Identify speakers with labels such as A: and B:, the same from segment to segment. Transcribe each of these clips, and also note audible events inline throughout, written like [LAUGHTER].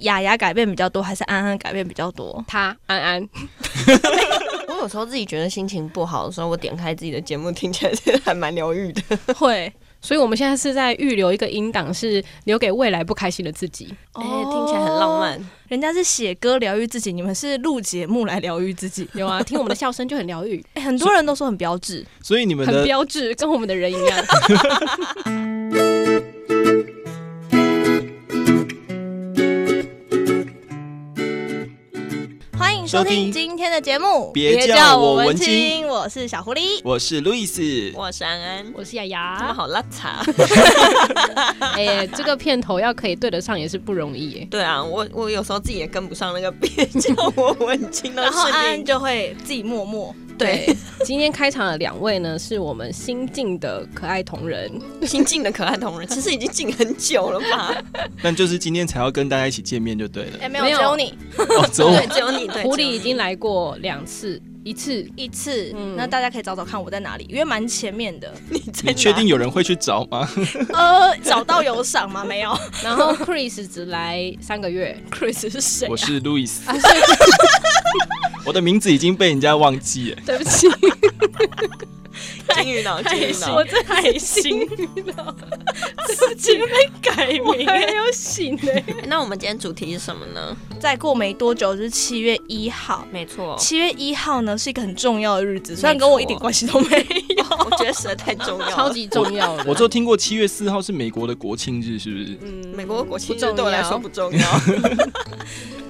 A: 雅雅改变比较多，还是安安改变比较多？
B: 他安安，
C: 我有时候自己觉得心情不好的时候，我点开自己的节目，听起来是还蛮疗愈的。
A: [LAUGHS] 会，
B: 所以我们现在是在预留一个音档，是留给未来不开心的自己。
C: 哎、听起来很浪
A: 哦。
C: 漫。
A: 人家是写歌疗愈自己，你们是录节目来疗愈自己。
B: 有
C: [LAUGHS]
B: 啊，听我们的笑声就很疗愈，
A: [LAUGHS] 哎很多人都说很标致，
D: 所以你们
B: 很
D: 的
B: 标志，跟我们的人一样。
A: 欢迎收听今天的节目，
D: 别叫我文青，
A: 我是小狐狸。
D: 我是路易斯，
C: [LAUGHS] 我是安安，
B: 我是雅
C: 怎么
B: 雅，
C: 好邋 [LAUGHS] 遢？啊
B: 哎、这个片头要可以对得上也是不容易耶。
C: 对啊，我我有时候自己也跟不上那个别叫我文青的
A: 然后
C: 事
A: 安安
C: 情。
A: 就会自己默默，
C: 对，
B: 今天开场的两位呢，是我们新晋的可爱同仁，
C: 新进的可爱同仁，其实已经进很久了 [LAUGHS] 吧？
D: 但就是今天才要跟大家一起见面就对了。
A: 哎，没有，
B: 没
A: 只
B: 有
A: 有你
D: 哦，走，
C: 对，只有你对。
B: 狐狸
C: 只有你
B: 已经来过两次，一次
A: 一次
B: 嗯。
A: 那大家可以找找看我在哪里，因为蛮前面 [LAUGHS] 的。
C: 你在
D: 你确
C: 哪
D: 定有人会去找吗？
A: 呃，找到有赏吗？没 [LAUGHS] 有。
B: 然
C: [LAUGHS]
B: 后 Chris 只来三个月
A: Chris 是谁
D: 我是路易斯，
B: 啊，所以。
D: [LAUGHS] 我的名字已经被人家忘记了
B: 对不
C: [LAUGHS]
B: 起，
C: 金鱼脑，金鱼脑
B: 我。这太新
A: [LAUGHS]
B: 了，自己被改名，还没有醒呢。
C: 那我们今天主题是什么呢？
A: 再过没多久就是七月一号。
C: 没错
A: 七月一号呢是一个很重要的日子，
C: 哦错
A: 虽然跟我一点关系都没有。
C: [LAUGHS] 我觉得实在太重要了，
B: 超级重要的。
D: 我就听过七月四号是美国的国庆日，是不是？
B: 嗯
C: 美国国庆日
B: 不重要
C: 对我来说不重 [LAUGHS] 要。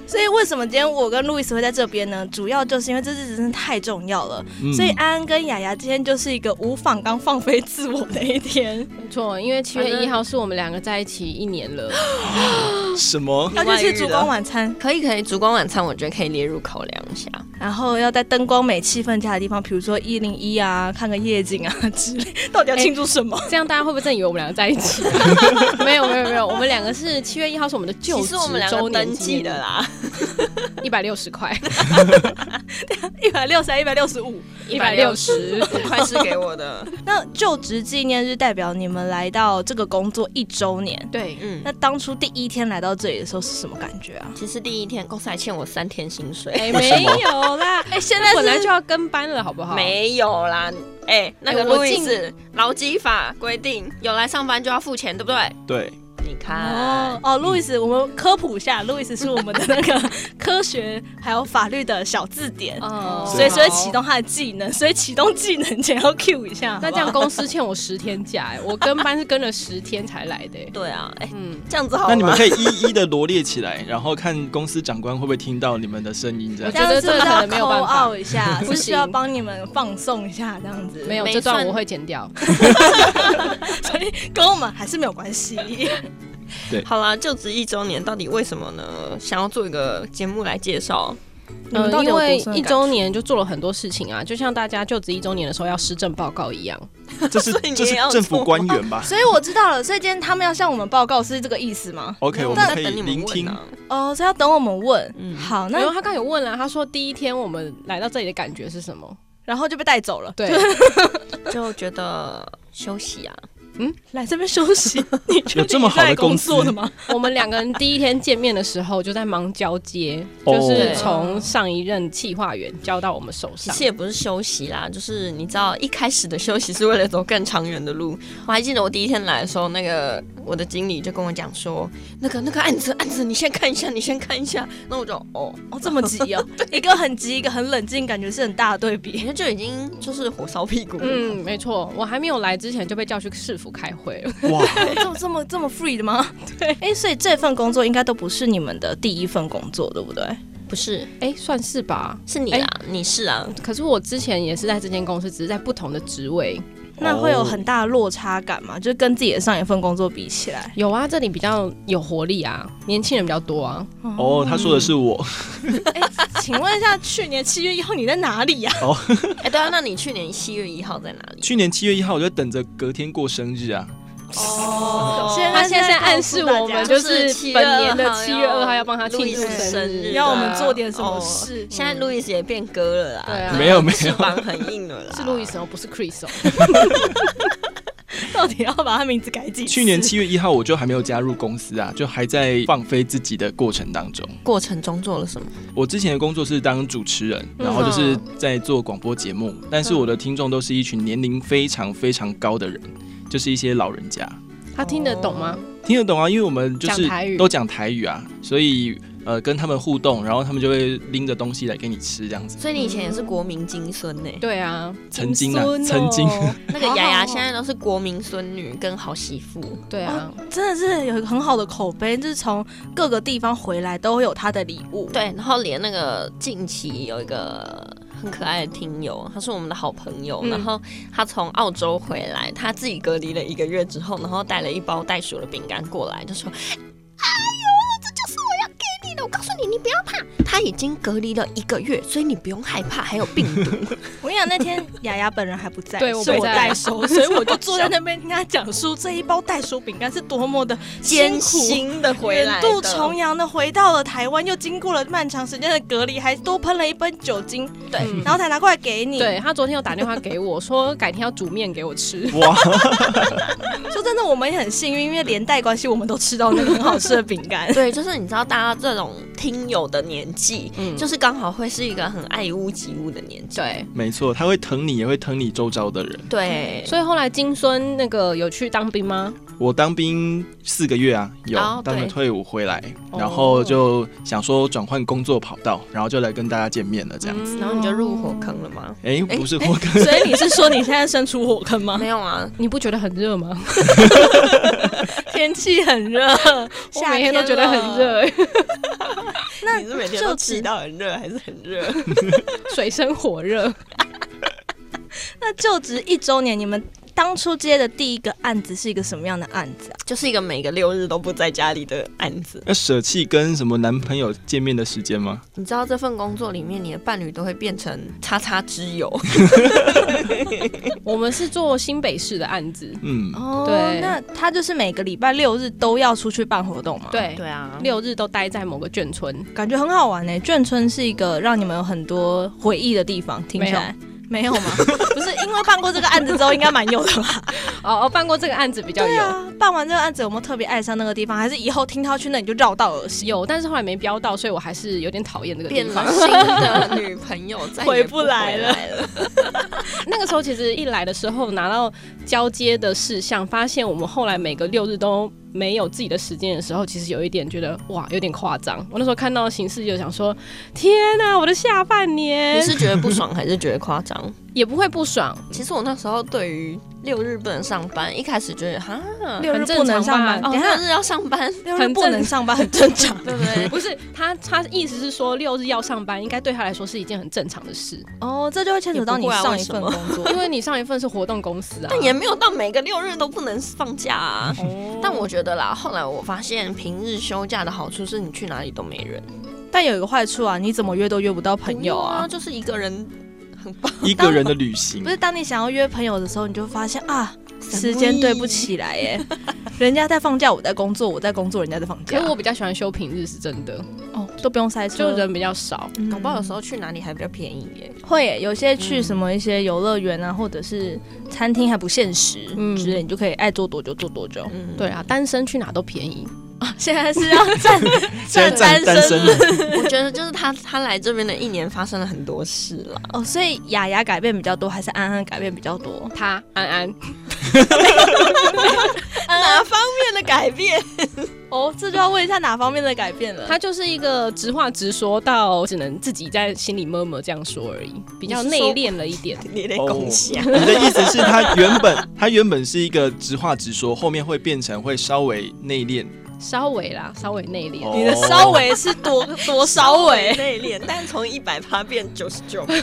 A: 所以为什么今天我跟路易斯会在这边呢？主要就是因为这日子真的太重要了。
D: 嗯
C: 啊
A: 所以安安跟雅雅今天就是一个无仿刚放飞自我的一天，
B: 没错，因为七
C: 反
B: 月
C: 正
B: 一号是我们两个在一起一年了，
D: 什么？
C: 嗯
A: 要去吃烛光晚餐，
C: 可以可以，烛光晚餐我觉得可以列入考量一下。
A: 然后要在灯光美、气氛佳的地方，比如说一零一啊，看个夜景啊之类。到底要庆祝什么？ [LAUGHS]
B: 这样大家会不会真的以为我们两个在一起？没有没有没有，我们两个是七月一号是我们的就
C: 其
B: 职
C: 实我们两
B: 周
C: 个
B: 年
C: 登记的啦，
B: 一百六十块，
A: 一百六十、一百六十五。
B: 一百六十。
C: 快是给我 [LAUGHS] 的。
A: 那就职纪念日代表你们来到这个工作一周年。
B: 对，
C: 嗯，
A: 那当初第一天来到这里的时候是什么感觉啊？
C: 其实第一天公司还欠我三天薪水，
B: 哎，没有啦，
A: 哎、现
B: 本来就要跟班了，好不好？，
C: 没有啦。哎，那个
B: 哎我
C: 路易
B: 进
C: 斯劳基法规定，有来上班就要付钱，对不对？
D: 对，
C: 你
A: 哦
C: 看，
A: 哦，路易斯，我们科普一下，路易斯是我们的那 [LAUGHS] 个科学还有法律的小字典，
B: 哦
A: 随时会启。动他的技能，所以启动技能前要 Q 一下。
B: 那这样公司欠我十天假，哎，我跟班是跟了十天才来的，哎
C: 对啊，哎，
B: 嗯，
C: 这样子好
D: 那你们
C: 吗？
D: 可以一一的罗列起来，然后看公司长官会不会听到你们的声音，这
C: [LAUGHS]
D: 样
B: 我。觉得这个可能没有办法
A: 扣一下，是
B: 不行
A: 不是要帮你们放松一下这样 [LAUGHS] 子？
B: 没有
C: 没
B: 这段
C: 算
B: 我会剪掉。
A: 所以跟我们还是没有关 [LAUGHS] 系。
C: 好啦，就职一周年，到底为什么呢？想要做一个节目来介绍，
A: 你们到底
B: 呃因
A: 有
B: 为
A: 多深的
B: 一
A: 感
B: 周年就做了很多事情啊，就像大家就职一周年的时候要施政报告一样。
D: 这是
C: 所以你也
D: 这是
C: 要
D: 政府
C: 做
D: 官员吧
A: 所以我知道了，所以今天他们要向我们报告是这个意思吗？
D: ？OK，我们
C: 在
D: 可以
C: 等你
D: 聆
C: 们问
D: 听。
C: 啊。
A: 哦，所以要等我们问。
C: 嗯
A: 好，
B: 然后
A: 那
B: 他刚才有问啊了，他说第一天我们来到这里的感觉是什么？
A: 然后就被带走了。
B: [LAUGHS] 对，
C: 就觉得休息啊，
A: 来这边休 [LAUGHS] 息，你确定
D: 有这么好的
A: 你在工
D: 公司
A: 作的吗？
B: 我们两个人第一天见面的时候就在忙交接，就是
D: 哦
B: 从上一任企划员交到我们手
C: 其
B: 上
C: 实。也不是休息啦，就是你知道一开始的休息是为了走更长远的路。我还记得我第一天来的时候，那个我的经理就跟我讲说，那个那个案子案子，你先看一下，你先看一下。那我就哦，
A: 哦，这么急 [LAUGHS] 哦，一个很急，一个很冷静，感觉是很大的对比。 [LAUGHS]
C: 人哎家就已经就是火烧屁股了。
B: 嗯，没错，我还没有来之前就被叫去市府开会了。
D: 哇，
C: 啊
A: 这这么这么 free 的吗？ [LAUGHS] 对，哎、所以这份工作应该都不是你们的第一份工作，对不对？
C: 不是，
B: [LAUGHS] 哎，算是吧。
C: 是你啦，你是啊，
B: 可是我之前也是在这间公司，只是在不同的职位。
A: 那会有
D: 哦
A: 很大的落差感吗？就是跟自己的上一份工作比起 [LAUGHS] 来，
B: 有啊，这里比较有活力啊，年轻人比较多啊。
D: 哦，他
C: 嗯
D: 说的是我。
A: 请问一下，去年七月一号你在哪里呀、
C: 哎、对啊，那你去年七月一号在哪里？
D: 去年七月一号，我就等着隔天过生日啊。
C: 哦
A: 现
B: 他
A: 在
B: 现在暗示我们，就
C: 就是是
B: 本年的
C: 7
B: 七
C: 月
B: 月
C: 二
B: 二
C: 号
B: 号
C: 要
B: 要帮他庆
C: 路易
B: 祝
C: 斯生
B: 生
C: 日
B: 日，啊
C: 要我们做
A: 点什
C: 么
A: 事
C: 现在路易斯也变哥了啦，
B: 对啊
D: 没有没有
C: 翅膀很硬了啦。
B: 是路易斯哦，不是 Chris 哦。
A: [LAUGHS] 到底要把他名字改几次？
D: [LAUGHS] 去年
A: [LAUGHS]
D: 七月一号我就还没有加入公司啊，就还在放飞自己的过程当中。
C: 过程中做了什么？
D: 我之前的工作是当主持人，然后
B: 嗯
D: 就是在做广播节目，但是我的听众都是一群年龄非常非常高的人，就是一些老人家，
B: 他听得懂吗？
D: 听得懂啊，因为我们就
B: 讲
D: 是
B: 台语
D: 都讲台语啊，所以呃跟他们互动，然后他们就会拎着东西来给你吃这样子。
C: 所以你以前也是国民金孙呢、
B: 对啊，
D: 曾经啊，
A: 孙哦
D: 曾经 [LAUGHS]
C: 那个雅雅现在都是国民孙女跟好媳妇。
B: 对啊，
A: [LAUGHS] 真的是有一个很好的口碑，就是从各个地方回来都会有他的礼物。
C: 对，然后连那个近期有一个很可爱的听友，他是我们的好朋友，
A: 嗯
C: 然后他从澳洲回来，他自己隔离了一个月之后，然后带了一包袋鼠的饼干过来，就说：“哎呦，这就是我要给你的！我告诉你，你不要怕，他已经隔离了一个月，所以你不用害怕，还有病毒。
A: 我跟你讲，那天雅雅本人还不在，
B: 对我
A: 是
B: 不
A: 我
B: 在
A: 代收， [LAUGHS] 所以我就坐在那边听她讲述这一包袋鼠饼干是多么的
C: 艰
A: 辛苦。
C: 辛的回来
A: 远 [LAUGHS]
C: 的，
A: 渡重洋的回到了台湾，又经过了漫长时间的隔离，还多喷了一杯酒精，
C: 对。
B: 嗯
A: 然后才拿过来给你。
B: 对他昨天有打电话给我说，改天要煮面给我吃。 [LAUGHS]
D: 哇，
A: 说真的，我们也很幸运，因为连带关系，我们都吃到那个很好吃的饼干 [LAUGHS]
C: 对，就是你知道，大家这种听友的年纪，
B: 嗯，
C: 就是是刚好会是一个很爱屋及乌的年纪。
B: 对。
D: 没错，他会疼你，也会疼你周遭的人。
C: 对，
B: 所以后来金孙那个有去当兵吗？
D: 我当兵四个月啊，有、
C: 哦
D: 当了
C: 对
D: 退伍回来，
B: 哦
D: 然后就想说转换工作跑道，然后就来跟大家见面了
B: 嗯
D: 这样。
C: 然后你就入火坑了吗？
D: 哎、
C: 诶
D: 不是我跟、
A: 所以你是说你现在身处火坑吗？
C: 没有啊，
B: [LAUGHS] 你不觉得很热 [LAUGHS] 吗？
A: 天气很热，
B: 我
A: 夏
B: 每天都觉得很
A: 了。
B: 热， [LAUGHS]
A: 那
C: 你是每天
A: 就
C: 都
A: 只
C: 吃到很热还是很热？
B: 水深火热。
A: 那就职一周年，你们当初接的第一个案子是一个什么样的案子啊？
C: [LAUGHS] 就是一个每个六日都不在家里的案子。
D: 要舍弃跟什么男朋友见面的时间吗？
C: 你知道这份工作里面，你的伴侣都会变成叉叉之友。
B: 我们是做新北市的案子，
D: 嗯，
A: 哦
B: 对
A: 那他就是每个礼拜六日都要出去办活动嘛？，
B: 对，
C: 啊
B: 六日都待在某个眷村。
A: 感觉很好玩呢、眷村是一个让你们有很多回忆的地方，听起来。没有吗？ [LAUGHS] 不是，因为办过这个案子之后，应该蛮
B: [LAUGHS]
A: 有的吧？
B: 哦哦，办过这个案子比较
A: 对
B: 有、
A: 啊，办完这个案子有没有特别爱上那个地方？还是以后听他去那你就绕道而行？
B: 有，但是后来没标到，所以我还是有点讨厌这个地
C: 变
B: 方
C: 了。新的女朋友，再也
A: 回不
C: 不
A: 来了
C: 回了。
B: 那个时候其实一来的时候拿到交接的事项，发现我们后来每个六日都没有自己的时间的时候，其实有一点觉得哇，有点夸张。我那时候看到形式就想说，天哪、我的下半
C: 你
B: [LAUGHS] 年
C: 是觉得不爽还是觉得夸张？
B: 也不会不爽，
C: [LAUGHS] 其实我那时候对于六日不能上班，一开始觉得哈，
A: 六日
B: 很正
A: 不能
B: 常
A: 上
B: 吧
A: 班，
C: 哦，
A: 等一下
C: 六日要上班，
A: 六日
B: 很
A: 不
B: 正
A: 能上班很正
B: [LAUGHS]
A: 常。
C: 对不对？
B: 不是他他意思是说六日要上班，应该对他来说是一件很正常的事，
A: 哦，这就会牵扯到你
C: 也不会啊
A: 上
C: 为
A: 一
C: 什
A: 份
C: 么
A: 工作。
B: 因为你上一份是活动公司啊。
C: 但也没有到每个六日都不能放假啊。
B: 哦
C: 但我觉得啦，后来我发现平日休假的好处是你去哪里都没人，
A: 但有一个坏处啊，你怎么约都约不到朋友
C: 不
A: 啊
C: 用。就是一个人很棒。
D: 一个人的旅行
B: 啊
A: 不，是，当你想要约朋友的时候，你就发现啊，时间对不起来耶，人家在放假，我在工作，我在工作，人家在放
B: 可
A: 假
B: 是。我比较喜欢休平日，是真的，
A: 哦，都不用塞车，
B: 啊就人比较少。
A: 嗯
C: 搞不好有时候去哪里还比较便宜耶。
A: 会耶有些去什么一些游乐园啊，或者是餐厅还不限时
B: 嗯
A: 之类，你就可以爱做多久做多久。
C: 嗯，
B: 对，啊，单身去哪都便宜。
A: [LAUGHS] 现在是要站 [LAUGHS]
D: 现在站单身了，
C: [LAUGHS] 我觉得就是他他来这边的一年发生了很多事 [LAUGHS] 啦。
A: 哦，所以雅雅改变比较多，还是安安改变比较 [LAUGHS] 多？
B: 他安安
C: 哪方面的改变？
A: 哦，这就要问一下哪方面的改变了。
B: 他就是一个直话直说到只能自己在心里默默这样说而已，比较内敛了一点。
C: 你得
D: 贡
C: 恭喜
D: 献
C: [LAUGHS] 啊！
D: 你的意思是他原本 [LAUGHS] 他原本是一个直话直说，后面会变成会稍微内敛。哦
B: 稍微啦，稍微内
C: 哦
B: 敛。
A: 你的稍微是多多稍微，
C: 内敛，但从一百趴变九十 [LAUGHS] 九趴，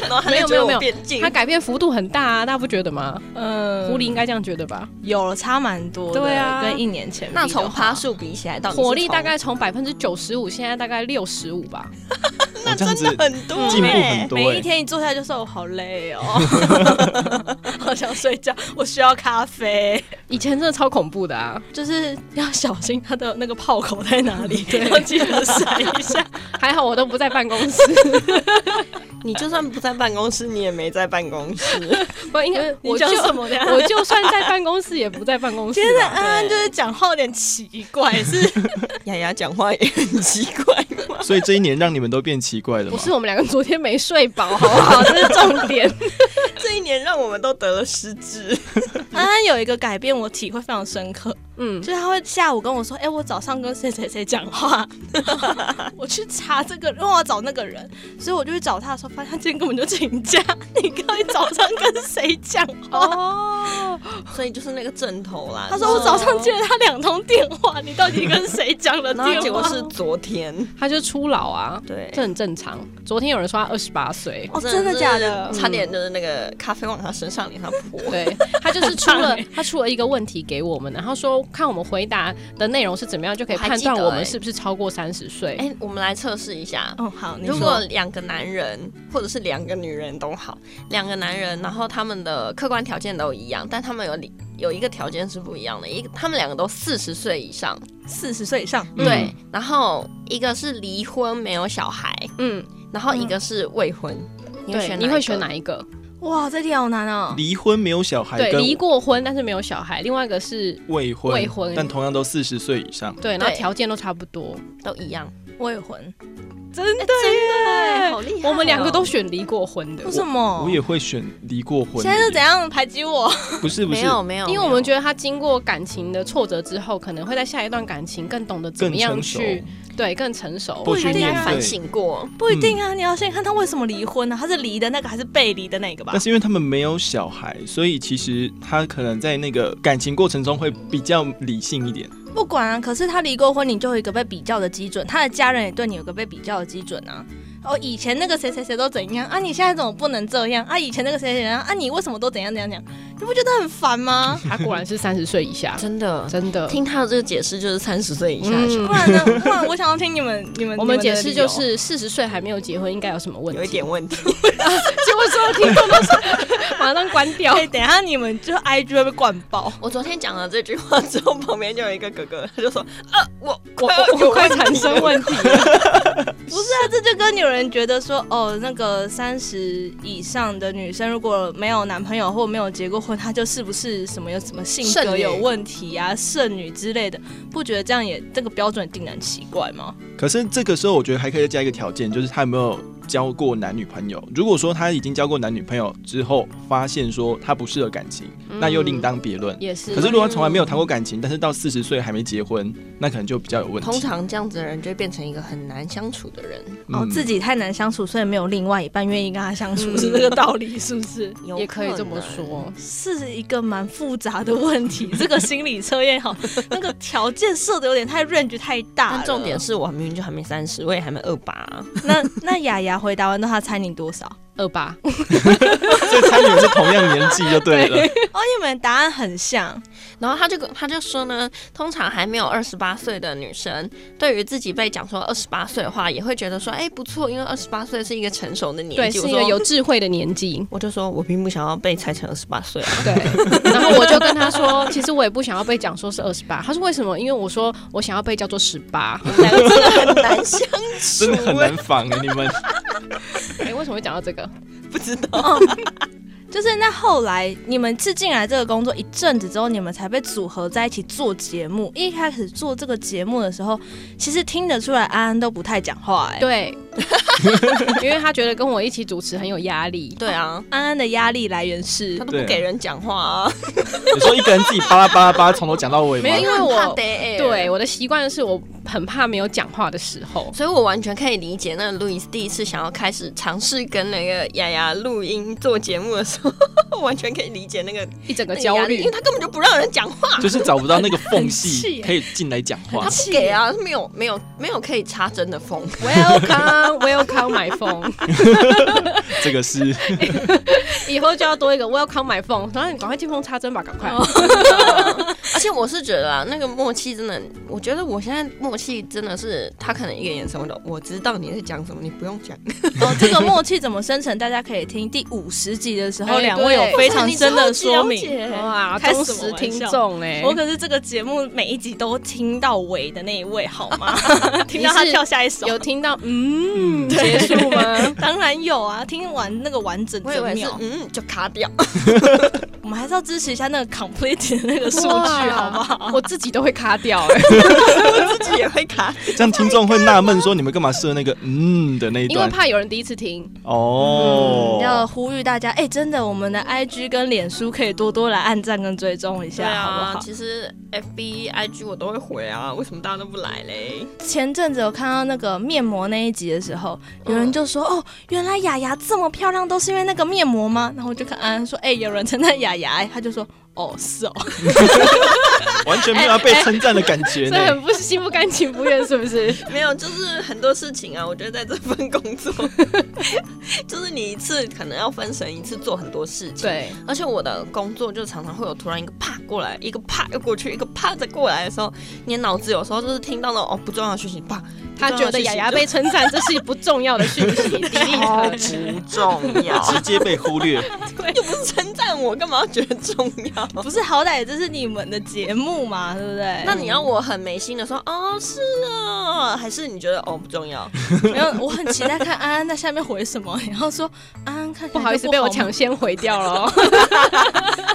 C: 然后他
B: 没有
C: 就觉
B: 没
C: 得
B: 有没有
C: 我变近
B: 他。改变幅度很大啊，大家不觉得吗？
A: [LAUGHS] 嗯，
B: 狐狸应该这样觉得吧？
A: 有了差蛮多的，
B: 对啊
A: 跟一年前比的话
C: 那从趴数比起来，到底是
B: 火力
C: 从
B: 大概从百分之九十五，现在大概六十五吧。
D: 那哦这样子
C: 很多
D: 进步
C: 欸
D: 很多、
A: 每一
D: 欸。
A: 天一坐下来就说我好累哦，
C: [LAUGHS]
A: [LAUGHS] 好想睡觉，我需要咖啡，
B: 以前真的超恐怖的啊，
A: 就是要小心它的那个炮口 [LAUGHS] 在哪里，要记得闪一下。
B: 还好我都不在办公室。
C: 你就算不在办公室，你也没在办公室。
B: 不应该我就
C: [LAUGHS] 你讲什么的啊
B: [LAUGHS] 我就算在办公室也不在办公室
A: 今 [LAUGHS] 天的
B: 吧。
A: 安安就是讲话有点奇怪，是
C: [LAUGHS]
A: [LAUGHS]
C: 雅雅讲话也很奇怪嘛。
D: 所以这一年让你们都变奇怪了
B: 不
D: 吗？
B: 是我们两个昨天没睡饱，好不好？这是重点。
C: [LAUGHS] 这一年让我们都得了失智。
A: 安安有一个改变，我体会非常深刻，
B: 嗯，
A: 就是他会下午跟我说：“哎、我早上跟谁谁谁讲话， [LAUGHS] 我去查这个，因为我要找那个人，所以我就去找他的时候，发现他今天根本就请假。你到底早上跟谁讲话？ [LAUGHS]
B: 哦，
C: [LAUGHS] 所以就是那个枕头啦。
A: 他说我早上接了他两通电话，你到底跟谁讲了
C: 然后
A: 电
C: 结果
A: 话？
C: 是昨天，
B: 他就初老啊，
C: 对
B: 这很正常。昨天有人说他二十八岁。
A: [LAUGHS] 哦，真的假的
C: 是？差点就是那个咖啡往他身上，脸上泼。
B: 对他就是出
C: [LAUGHS]
B: 了
C: 欸
B: 他出了一个问题给我们，然后说看我们回答的内容是怎么样，就可以
C: 我还
B: 判
C: 记
B: 断
C: 得
B: 我
C: 欸
B: 们是不是超过三十岁。
C: 哎、我们来测试一下。
A: 哦，好，你
C: 如果
A: 说
C: 两个男人或者是两个女人都好，两个男人，然后他们的客观条件都一样，但他们有里有一个条件是不一样的，一个他们两个都四十岁以上，
A: 四十岁以上，
D: 嗯
C: 对，然后一个是离婚没有小孩，
B: 嗯，
C: 然后一个是未婚，嗯你会
B: 对，
C: 选
B: 你会选
C: 哪一
B: 哪一个？
A: 哇，这题好难哦。
D: 离婚没有小孩，
B: 对，
D: 跟
B: 离过婚但是没有小孩，另外一个是
D: 未婚，
B: 未婚
D: 但同样都四十岁以上。
B: 对，然后
C: 对
B: 条件都差不多。
C: 个都一样？
A: 未婚？
B: 真
C: 哎真的耶，好厉害哦！
B: 我们两个都选离过婚的
A: 为，什么？
D: 我也会选离过婚的。
A: 哦现在是怎样排挤我？
B: 嗯
D: 不是不
C: 没
D: 是，
C: 有没有，
B: 因为我们觉
C: 得
B: 得他经过感情的挫折之后，可能会在下一段感情更懂得怎
D: 更
B: 么样
D: 成熟。
B: 去对更成熟。
D: 或
A: 不一
D: 许
A: 定
D: 你
A: 啊
D: 会
C: 反省过，
A: 不一定啊，你要先看他为什么离婚呢、他是离的那个还是被离的那个吧
D: 但？是因为他们没有小孩，所以其实他可能在那个感情过程中会比较理性一点。
A: 不管啊，可是他离过婚，你就有一个被比较的基准，他的家人也对你有个被比较的基准啊。哦，以前那个谁谁谁都怎样啊，你现在怎么不能这样啊？以前那个谁谁谁啊，你为什么都怎样怎样怎样？你不觉得很烦吗？
B: [LAUGHS] 他果然是三十岁以下，
C: 真的
B: 真的。
C: 听他的这个解释就是三十岁以下的
B: 嗯
C: 小孩，
A: 不，然呢？不然我想要听你们你们
B: 我们
A: 你的
B: 解
A: 理
B: 释
A: 由
B: 就是四十岁还没有结婚，应该有什么问题？
C: 有一点问题。
B: 结果所有听众都是 [LAUGHS] 马上关
C: [LAUGHS]
B: 掉
A: 哎、。等一下你们就 IG 会被灌爆。
C: [LAUGHS] 我昨天讲了这句话之后，旁边就有一个哥哥，他就说：“呃，我
B: 我
C: 快要
B: 我 [LAUGHS]
C: 有
B: 我快
C: 问题
B: 产生
C: 了
B: 问题了，
A: [LAUGHS] 不是啊，这就跟有人觉得说，哦，那个三十以上的女生如果没有男朋友或没有结过婚，她就是不是什么有什么性格
C: 剩女
A: 有问题啊、剩女之类的，不觉得这样也这个标准定得很奇怪吗？
D: 可是这个时候，我觉得还可以再加一个条件，就是他有没有交过男女朋友。如果说他已经交过男女朋友之后，发现说他不适合感情，那又另当别论。
B: 也是。
D: 可是如果他从来没有谈过感情，但是到四十岁还没结婚，那可能就比较有问题。
C: 通常这样子的人就会变成一个很难相处的人，
A: 哦，自
D: 己
A: 己太难相处，所以没有另外一半愿意跟他相处，
B: 嗯
A: 是这个道理是不是？
C: 有
B: 也可以这
C: 能
B: 么。说，
A: 是一个蛮复杂的问题，这个心理测验好，那个条件设的有点太 range 太大
C: 但
A: 了。
C: 重点是我明明就还没三十，我也还没二八，
A: 那那雅雅回答完之后，她猜你多少？
B: 二八，
D: 所以参与是同样年纪就对了。
A: 哦，你们答案很像。
C: [LAUGHS] 然后他就跟他就说呢，通常还没有二十八岁的女生，对于自己被讲说二十八岁的话，也会觉得说，哎、不错，因为二十八岁是一个成熟的
B: [LAUGHS] 对，
C: 年纪。
B: 是
C: 我
B: 一个
C: 说
B: 有智慧的年纪。
C: 我就说我并不想要被拆成二十八岁啊，
B: 对， [LAUGHS] 然后我就跟他说，其实我也不想要被讲说是二十八。他说为什么？因为我说我想要被叫做十
C: [LAUGHS]
B: 八。
C: [LAUGHS] 两个真的很难相
D: 真
C: 处
D: 的很
C: 欸，
D: 难防哎、你们
B: 哎，为什么会讲到这个？
C: 不知道。
A: 就是那后来你们是进来这个工作一阵子之后，你们才被组合在一起做节目。一开始做这个节目的时候，其实听得出来安安都不太讲话、哎，
B: 对， [LAUGHS] 因为他觉得跟我一起主持很有压力。
C: 对啊，
A: 安安的压力来源是
C: [LAUGHS] 他都不给人讲话啊，
D: 你说一个人自己巴拉巴拉巴拉从头讲到尾
B: 没有，因
D: 吗？
B: 为
C: 很怕
B: 我
C: 得欸
B: 对我的习惯是我很怕没有讲话的时候。
C: 所以我完全可以理解，那个路易斯第一次想要开始尝试跟那个雅雅录音做节目的时候， [LAUGHS] 我完全可以理解那个
B: 一整个
C: 那个
B: 焦
C: 压力，
B: 虑
C: 因为，他根本就不让人讲话，
D: 就是找不到那个缝
A: 很气
D: 隙
A: 欸
D: 可以进来讲话
C: 他。不给啊，没有没有没有可以插针的缝。
A: [LAUGHS]
B: Welcome, welcome my phone。
D: 这
B: [LAUGHS]
D: 个是
B: 以后就要多一个 welcome my phone。然后你赶快见缝插针吧，赶快。
A: 哦
C: 而且我是觉得啊，那个默契真的，我觉得我现在默契真的是，他可能一个眼神我都我知道你在讲什么，你不用讲。
A: 哦，这个默契怎么生成？大家可以听第五十集的时候，
B: 哎
A: 两位有非常深的说
C: 你
A: 明。
C: 超了解
B: 哇，
A: 开什
B: 忠
A: 么
B: 实
A: 玩
B: 听
A: 笑
B: 众哎、
A: 我可是这个节目每一集
C: [LAUGHS]
A: 都听到尾的那一位，好吗？听到他跳下一首，
B: 有听到嗯，结束吗？
A: 当然有啊，听完那个完整
C: 我以
A: 整
C: 为是
A: 秒，
C: 嗯就卡掉，
A: 我们还是要支持一下那个 complete 的那 [LAUGHS] 个数据，
B: 哇
A: 好不 [LAUGHS] 好？
B: 我自己都会卡掉、欸，
C: 自己也会卡。
D: 这样听众会纳闷说你们干嘛设那个嗯的那一
B: 因为
D: 段？
B: 怕有嗯人第一次听。
D: 哦，
A: 嗯要呼吁大家，哎、真的，我们的 IG 跟脸书可以多多来按赞跟追踪一下，好不好？
C: 啊其实 F B I G 我都会回啊，为什么大家都不来嘞？
A: 前阵子我看到那个面膜那一集的时候，
C: 嗯
A: 有人就说：“哦，原来雅雅这么漂亮，都是因为那个面膜吗？”然后我就看安安说：“哎、有人称赞雅雅、哎他就说：“哦，是哦。
D: 完全没有要被称赞的感
B: [LAUGHS]
D: 觉
B: 所以
D: 呢。
B: 很不心不甘情不愿，是
A: [LAUGHS]
B: 不是？
C: 没有，就是很多事情啊，我觉得在这份工作， [LAUGHS] 就是你一次可能要分神，一次做很多事情。
B: 对，
C: 而且我的工作就常常会有突然一个啪过来，一个啪又过去，一个啪再过来的时候，你的脑子有时候就是听到那种哦不重要的讯息，啪，
B: 他觉得雅雅被称赞，这是不重要的讯息，
A: [LAUGHS]
C: 超不重要， [LAUGHS]
D: 直接被忽略，
C: 又不是称赞我，干嘛要觉得重要？”
A: [LAUGHS] 不是，好歹也这是你们的节目嘛，对不对？
C: 那你要我很没心的说哦是啊，还是你觉得哦不重要？
A: [LAUGHS] 没有，我很期待看安安在下面回什么，然后说安安看起来就
B: 不好意思被我抢先毁掉
A: [LAUGHS]
B: 了哦。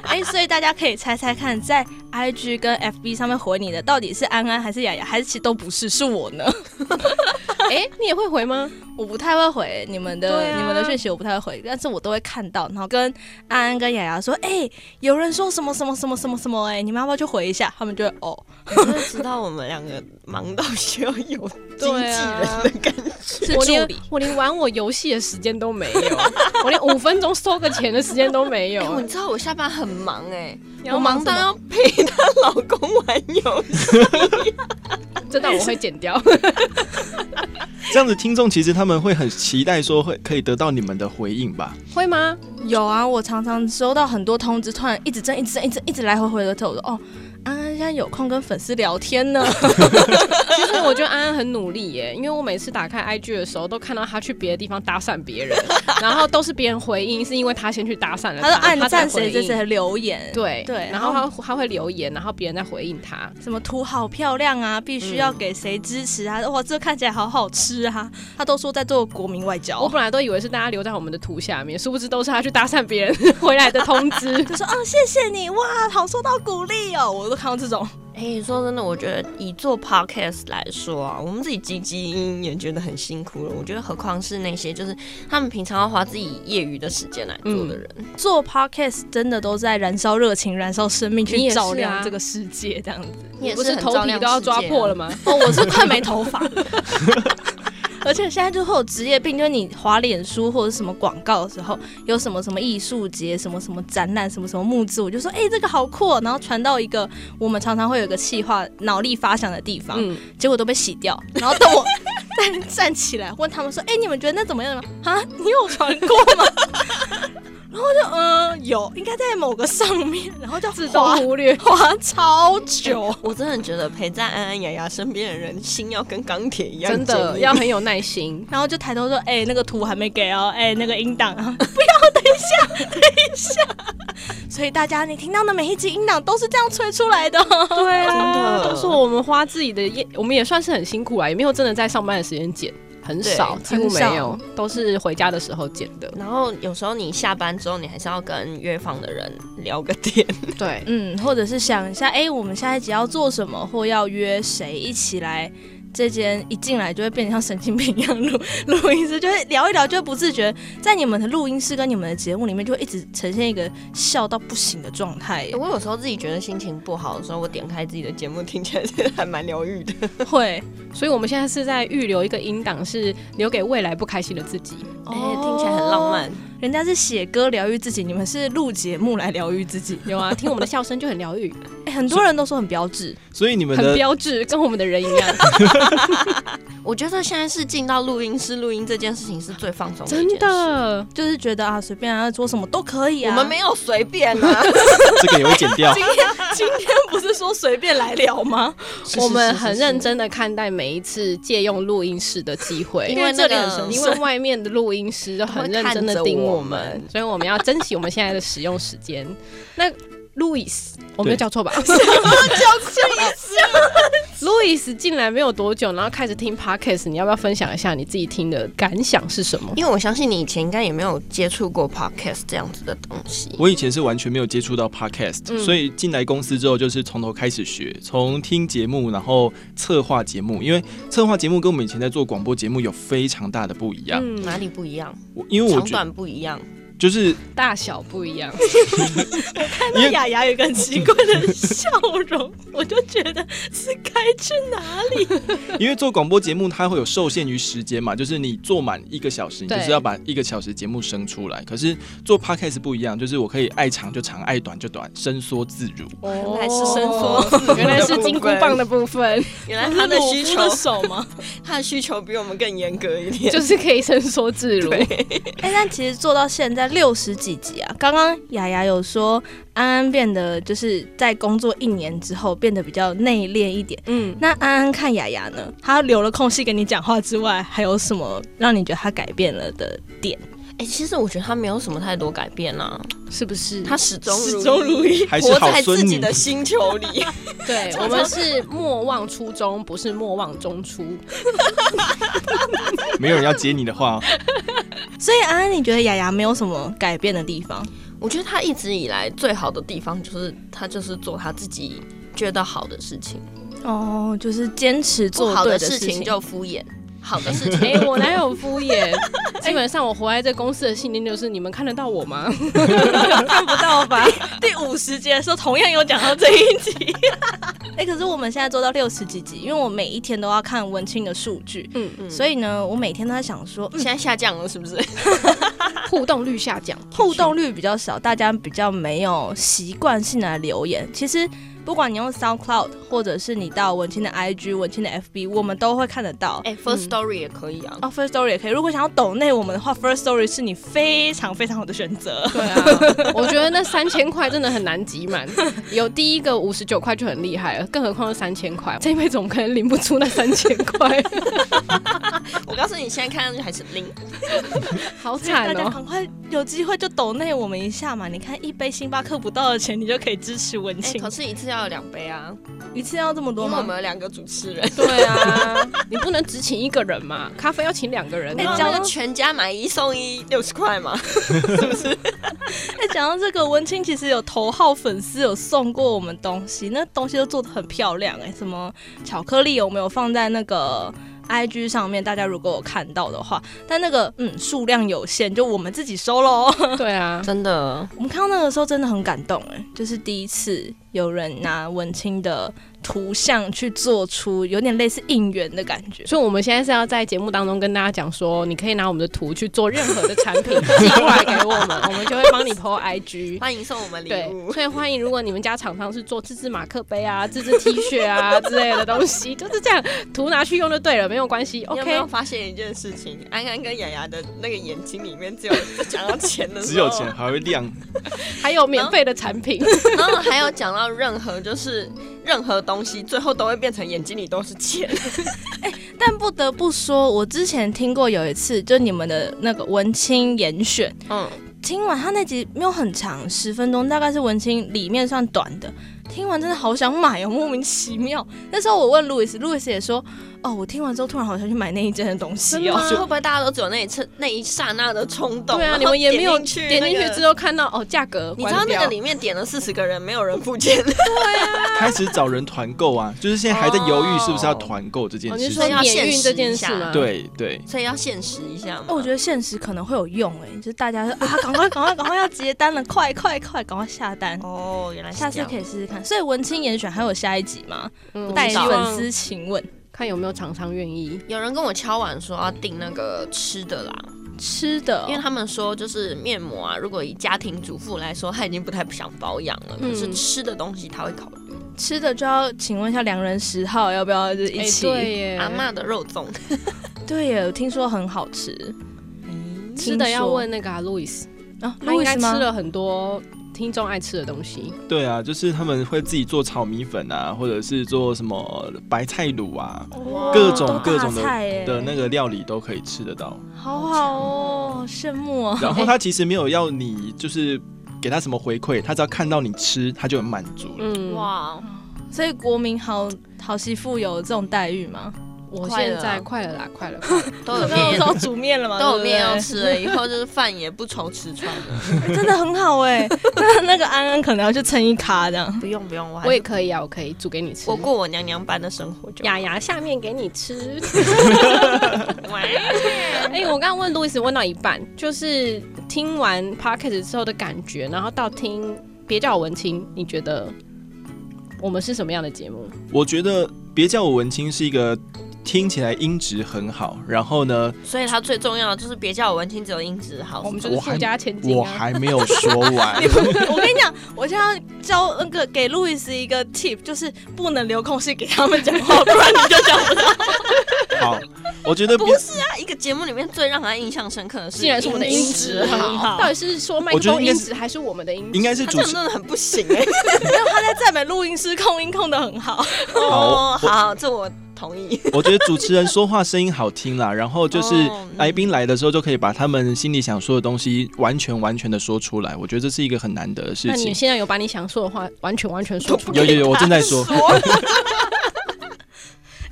A: 哎、所以大家可以猜猜看，在 IG 跟 FB 上面回你的到底是安安还是雅雅，还是其实都不是，是我呢？ [LAUGHS]
B: 哎、你也会回吗？
A: 我不太会回你们的、
B: 对啊
A: 你们的讯息，我不太会回，但是我都会看到，然后跟安安跟雅雅说，哎、有人说什么什么什么什么什么、哎，你们要不要去回一下？他们就会哦，
C: 就是知道我们两个忙到需要有经纪人的感觉，
A: 是
B: 我
A: 助
B: 连
A: 理。
B: 我连玩我游戏的时间都没有，我连五分钟收个钱的时间都没
C: 哎、我
B: 有
C: 你。知道我下班很忙哎、
B: 你要
C: 我
B: 忙什
C: 忙到
B: 么
C: 要陪她老公玩游戏，
B: 这段我会剪掉。
D: 这样子听众其实他们会很期待说会可以得到你们的回应吧？
B: 会吗？
A: 有啊，我常常收到很多通知，突然一直震、一直震、一直一直来回回的走。我说哦，安安现在有空跟粉丝聊天呢。 [LAUGHS]
B: 其实我觉得安安很努力耶，因为我每次打开 IG 的时候，都看到他去别的地方搭讪别人，然后都是别人回应，是因为他先去搭讪了
A: 他说
B: 他，
A: 按
B: 他才
A: 赞
B: 回
A: 谁
B: 应
A: 谁谁。留言，
B: 对
A: 对
B: 然后他他会留言，然后别人再回应他。
A: 什么图好漂亮啊，必须要给谁支持啊？哇，这看起来好好吃啊！他都说在做国民外
B: 我
A: 交，
B: 本来都以为是大家留在我们的图下面，殊不知都是他去搭讪别人 [LAUGHS] 回来的通知。
A: 就说啊，谢谢你哇，好受到鼓励哦。我都看到这种，
C: 哎、说真的，我觉得以做 podcast 来说啊，我们自己唧唧音也觉得很辛苦了。我觉得何况是那些就是他们平常要花自己业余的时间来做的人。
A: 做 podcast 真的都在燃烧热情、燃烧生命，
B: 你
A: 去
B: 也是啊
A: 照亮这个世界，这样子。
C: 你也
B: 不
C: 嗯是
B: 是
C: 很
B: 头
C: 照
B: 皮
C: 亮
B: 都要
C: 世界
B: 抓
C: 啊
B: 破了吗？
A: 哦，我是快没头发 [LAUGHS] 了。而且现在就会有职业病，就是你滑脸书或者什么广告的时候，有什么什么艺术节、什么什么展览、什么什么募资，我就说，哎、这个好酷、哦，然后传到一个我们常常会有一个气化脑力发想的地方，
B: 嗯，
A: 结果都被洗掉。然后等我 [LAUGHS] 站站起来问他们说，哎、你们觉得那怎么样呢？啊，你有传过吗？ [LAUGHS] 然后就嗯、呃有，应该在某个上面，然后就
B: 自
A: 滑
B: 动忽略。
A: 滑超久。。
C: 我真的觉得陪在安安雅雅身边的人，心要跟钢铁一样
B: 真的
C: 坚硬
B: 要很有耐
A: [LAUGHS]
B: 心
A: 然后就抬头说：“哎、那个图还没给 [LAUGHS] 哦，哎、那个音档啊， [LAUGHS] 不要，等一下，等 [LAUGHS] 一下。”所以大家，你听到的每一集音档都是这样吹出来的哦。
B: 对
C: 啊。
B: 都是我们花自己的夜，我们也算是很辛苦啊，也没有真的在上班的时间剪，很少，几
A: 对
B: 乎
A: 很
B: 没
A: 少
B: 有，都是回家的时候剪的
C: 然后有时候你下班之后，你还是要跟约访的人聊个天。
B: 对，
A: [LAUGHS] 嗯，或者是想一下，哎、我们下一集要做什么，或要约谁一起来。这间一进来就会变得像神经病一样录录音室，就会聊一聊，就会不自觉在你们的录音室跟你们的节目里面，就会一直呈现一个笑到不行的状态耶。
C: 我有时候自己觉得心情不好的时候，我点开自己的节目，听起来 [LAUGHS] 是还蛮疗愈的。
A: [LAUGHS] 会，
B: 所以我们现在是在预留一个音档，是留给未来不开心的自己。
A: 哎、
C: 听起来很浪漫。
A: 人家是写歌疗愈自己，你们是录节目来疗愈自己。
B: 有啊，听我们的笑声就很疗 [LAUGHS] 愈，
A: 哎很多人都说很标志，
D: 所以你们
B: 很
D: 的
B: 标志，跟我们的人一样，
C: 我觉得现在是进到录音室录音这件事情是最放松
B: [LAUGHS]
C: 的一
B: 真
C: 件事。
B: 的。
A: 就是觉得啊，随便啊，做什么都可以啊。
C: 我们没有随便 [LAUGHS] 啊，
D: 这个也会剪掉，
A: 今天不是说随便来聊 [LAUGHS] 吗？
D: 是
B: 我们
D: 是是
B: 很
D: 是
B: 认真的看待每一次借用录音室的机会，
C: 因为
A: 这
C: 那
A: 里
C: 个
A: 很神
B: 因
A: 秘。
B: 为外面的录音师都很认真的盯我
C: 他会看着我
B: 们
C: 们，
B: 所以我们要珍惜我们现在的使用时间。那路易斯，我没有
D: 对
B: 叫错吧？路易斯进来没有多久，然后开始听 podcast，你要不要分享一下你自己听的感想是什么？
C: [LAUGHS] 因为我相信你以前应该也没有接触过 podcast 这样子的东西。
D: 我以前是完全没有接触到 podcast，、
B: 嗯
D: 所以进来公司之后就是从头开始学，从听节目，然后策划节目，因为策划节目跟我们以前在做广播节目有非常大的不一样。
B: 嗯，
C: 哪里不一样？
D: 我因为我
C: 长
D: 觉得
C: 短不一样。
D: 就是
B: 大小不一样，
D: 因为
A: 雅雅有一个很奇怪的笑容，我就觉得是该去哪里？
D: 因为做广播节目，它会有受限于时间嘛，就是你做满一个小时，你
B: 对
D: 就是要把一个小时节目生出来。可是做 podcast 不一样，就是我可以爱长就长，爱短就短，伸缩自
B: [LAUGHS]
D: 如。
A: 哦
B: 原
C: 来是伸
A: [LAUGHS]
C: 缩
B: 原来是金箍棒的部分，
C: [LAUGHS] 原来他的需 [LAUGHS] 求，
A: 的手吗？
C: 他的需求比我们更严格一点。
B: 就是可以伸缩自如。
A: [LAUGHS] 哎、但其实做到现在六十几集啊，刚刚雅雅有说安安变得就是在工作一年之后变得比较内敛一点。
B: 嗯，
A: 那安安看雅雅呢，她留了空隙跟你讲话之外，还有什么让你觉得她改变了的点？
C: 哎、其实我觉得他没有什么太多改变啦、
B: 是不是？
C: 他始终
A: 始终如
C: 一，
D: 还是
C: 活
D: 好
C: 在
D: 孙
C: 自己
D: 女
C: 的星球里。
B: [LAUGHS] 对我们是莫忘初衷，不是莫忘中出。
D: 没有人要接你
B: [LAUGHS]
D: 的话哦，
A: 所以安安，你觉得雅雅没有什么改变的地方？
C: 我觉得他一直以来最好的地方就是他就是做他自己觉得好的事情，
A: 哦，就是坚持
C: 做
A: 做
C: 好
A: 对
C: 的
A: 事
C: 事情就敷衍，好的 [LAUGHS] 事
B: [LAUGHS]
C: 情
B: 哎、我哪有敷 [LAUGHS] 衍？基本上我活在这公司的信念就是：你们看得到我吗？
A: 看不到 [LAUGHS] 吧？第五十集的时候同样有讲到这一集。 [LAUGHS] 哎、可是我们现在做到六十几集，因为我每一天都要看文青的数据，
B: 嗯，
A: 所以呢，我每天都在想说，嗯
C: 现，在下降了是不是？
B: 互动率下降，
A: 互动率比较少，大家比较没有习惯性的留言。其实不管你用 SoundCloud，或者是你到文青的 IG、文青的 FB，我们都会看得到。
C: [LAUGHS] 哎、f i r s t Story 也可以啊。
A: 哦、f i r s t Story 也可以。如果想要抖内我们的话，First Story 是你非常非常好的选择。
B: [LAUGHS] 对啊，我觉得那三千块真的很难集满，有第一个五十九块就很厉害了，更何况是三千块，这一辈子我们可能领不出那三千块，
C: [LAUGHS] 我告诉你，现在看上去还是零。
B: [LAUGHS] 好
A: 所以大
B: 惨
A: 家
B: 哦！ [LAUGHS]
A: 赶快有机会就抖内我们一下嘛！你看一杯星巴克不到的钱，你就可以支持文
C: 哎、
A: 青。
C: 可是一次要有两杯啊，
A: 一次要这么
C: 因
A: 多
C: 为我
A: 吗？
C: 们有两个主持人。
B: 对啊，你不能只请一个人嘛，咖啡要请两个人
C: 哎、
A: 哎
B: 啊。
A: 讲
C: 讲
A: 到
C: 到全家买一送一六十块嘛，
A: 哎，讲到这个，文青其实有头号粉丝有送过我们东西，那东西都做的很漂亮哎、什么巧克力有没有放在那个 IG 上面？大家如果有看到的话，但那个嗯数量有限，就我们自己收喽。
B: 对啊，
C: 真的。
A: [LAUGHS] 我们看到那个时候真的很感动哎、就是第一次有人拿文青的图像去做出有点类似应援的感觉。
B: 所以我们现在是要在节目当中跟大家讲说，你可以拿我们的图去做任何的产品寄过来给我们，我们就会帮
C: [LAUGHS]
B: 你 PO IG。
C: 欢迎送我们礼
B: 对，
C: 物。
B: 所以欢迎，如果你们家厂商是做自制马克杯啊、自制 T 恤啊之类的东西，就是这样，图拿去用就对了，没有关
C: [LAUGHS]
B: 系。
C: 你有没
B: OK，
C: 有发现一件事情？安安跟雅雅的那个眼睛里面只有讲到钱的时候，
D: 只有钱。还会亮。
B: 还有免费的产品，
C: [LAUGHS] 然后还有讲到任何就是任何东西，最后都会变成眼睛里都是钱。
A: 但不得不说，我之前听过有一次，就你们的那个文青严选，
C: 嗯，
A: 听完他那集没有很长，十分钟，大概是文青里面算短的。听完真的好想买哦，莫名其妙。那时候我问路易斯，路易斯也说，哦，我听完之后突然好想去买那一件的东西哦。
C: 会不会大家都 [LAUGHS] 只有啊那一次那一刹那的冲动？
B: 对啊，
C: 然后
B: 你们也没有
C: 点进去
B: 点进
C: 那
B: 去
C: 个
B: 之。后看到哦，价格
C: [LAUGHS] 你知道
B: 关
C: 那
B: 掉
C: 个里面点了四十个人，没有人付钱，
D: 开始找人团购啊，就是现在还在犹豫是不是要团购这件
B: 哦，你
D: 事
B: 是
D: 情。
B: 说
C: 所以要
B: 免
C: 限
B: 运
C: 时
B: 这件
C: 一
B: 事
C: 下
B: 吗？，
D: 对对，
C: [LAUGHS] 所以要限时一下嘛。
A: 哦，我觉得现实可能会有用哎，就是大家说啊，赶快赶快赶快要结单了，快快快，赶快下单，
C: 哦，原来是
A: 下次
C: 这样
A: 可以试试看。所以文青严选还有下一集吗？
B: 嗯，
A: 带
B: 带
C: 知道
A: 粉
B: 粉
A: 丝
B: 丝
A: 请问
B: 看有没有厂商愿意。
C: 有人跟我敲碗说要订那个吃的啦，
A: 吃的哦，
C: 因为他们说就是面膜啊，如果以家庭主妇来说，她已经不太不想保养了，
B: 嗯
C: 可是吃的东西她会考虑。
A: 吃的就要请问一下良人十号要不要就是一起？
B: 哎对耶，
C: 阿嬷的肉粽，
A: 对耶，我听说很好吃。
C: 嗯
B: 吃的要问那个啊路易斯，
A: 啊，
B: 他应该
A: Louis
B: 吃
A: 吗？
B: 了很多听众爱吃的东西。
D: 对啊，就是他们会自己做炒米粉啊，或者是做什么白菜卤啊
A: 哇
D: 各种
A: 都大
D: 各种
A: 菜耶
D: 的那个料理都可以
C: [LAUGHS]
D: 吃得到。
A: 好好哦，羡慕哦。
D: 然后他其实没有要你就是。给他什么回馈，他只要看到你吃，他就很满足了。
B: 嗯，哇，
C: 哇，
A: 所以国民好好媳妇有这种待遇吗？
B: 我
C: 快
B: 现
C: 了
B: 在
C: 啊
B: 快了啦，快
C: [LAUGHS]
B: 了，
C: 都有
A: 刚刚我
C: 面，
A: 说煮面了嘛，
C: 都有面
A: 对不
C: 要
A: 对
C: 吃了，以后就是饭也不愁吃穿了。
A: 真的很好哎、那 [LAUGHS] 那个安安可能要去撑一咖这 [LAUGHS] 样。
C: [LAUGHS] 不用不用，我还
B: 我也可以啊，我可以煮给你吃。
C: 我过我娘娘般的生活就好。
B: 雅雅下面给你
C: [LAUGHS]
B: 吃。
C: 哇
B: 哎、我刚刚问路易斯问到一半，就是听完 podcast 之后的感觉，然后到听别叫我文青，你觉得我们是什么样的节目？
D: 我觉得别叫我文青是一个听起来音质很好，然后呢，
C: [LAUGHS] 所以它最重要的就是别叫我文青，只有音质好。
B: 我们就
C: 是
B: 是
C: 不是
D: 我还
B: 富家千金
D: 我
B: 啊！
D: 还没有说
C: [LAUGHS]
D: 完。
A: 我跟你讲，我现在要教那个给路易斯一个 tip，就是不能留空隙给他们讲话，不然你就讲不到。
D: 好，我觉得别
C: 不是啊，一个节目里面最让他印象深刻的是，
B: 竟然是我们的音质
C: 质
B: 很
C: 好，
B: [LAUGHS] 好，到底是说麦
D: 我
B: 克
D: 觉得
B: 风
D: 应该
B: 音
D: 是
B: 质还是我们的音质？
D: 应该是
C: 他
D: 主
C: 这样
D: 持
C: 真的很不行 [LAUGHS] 哎。
A: 没有，他在赞美录音师控音控的很好。
C: 哦，
D: 好我
C: 好，这我同意。
D: 我觉得主持人说话声音好听啦，然后就是
C: 哦嗯
D: 来宾来的时候就可以把他们心里想说的东西完全完全的说出来，我觉得这是一个很难得的事
B: 那你
D: 情。
B: 现在有把你想说的话完全完全说出来？
D: 有有有，我正在说，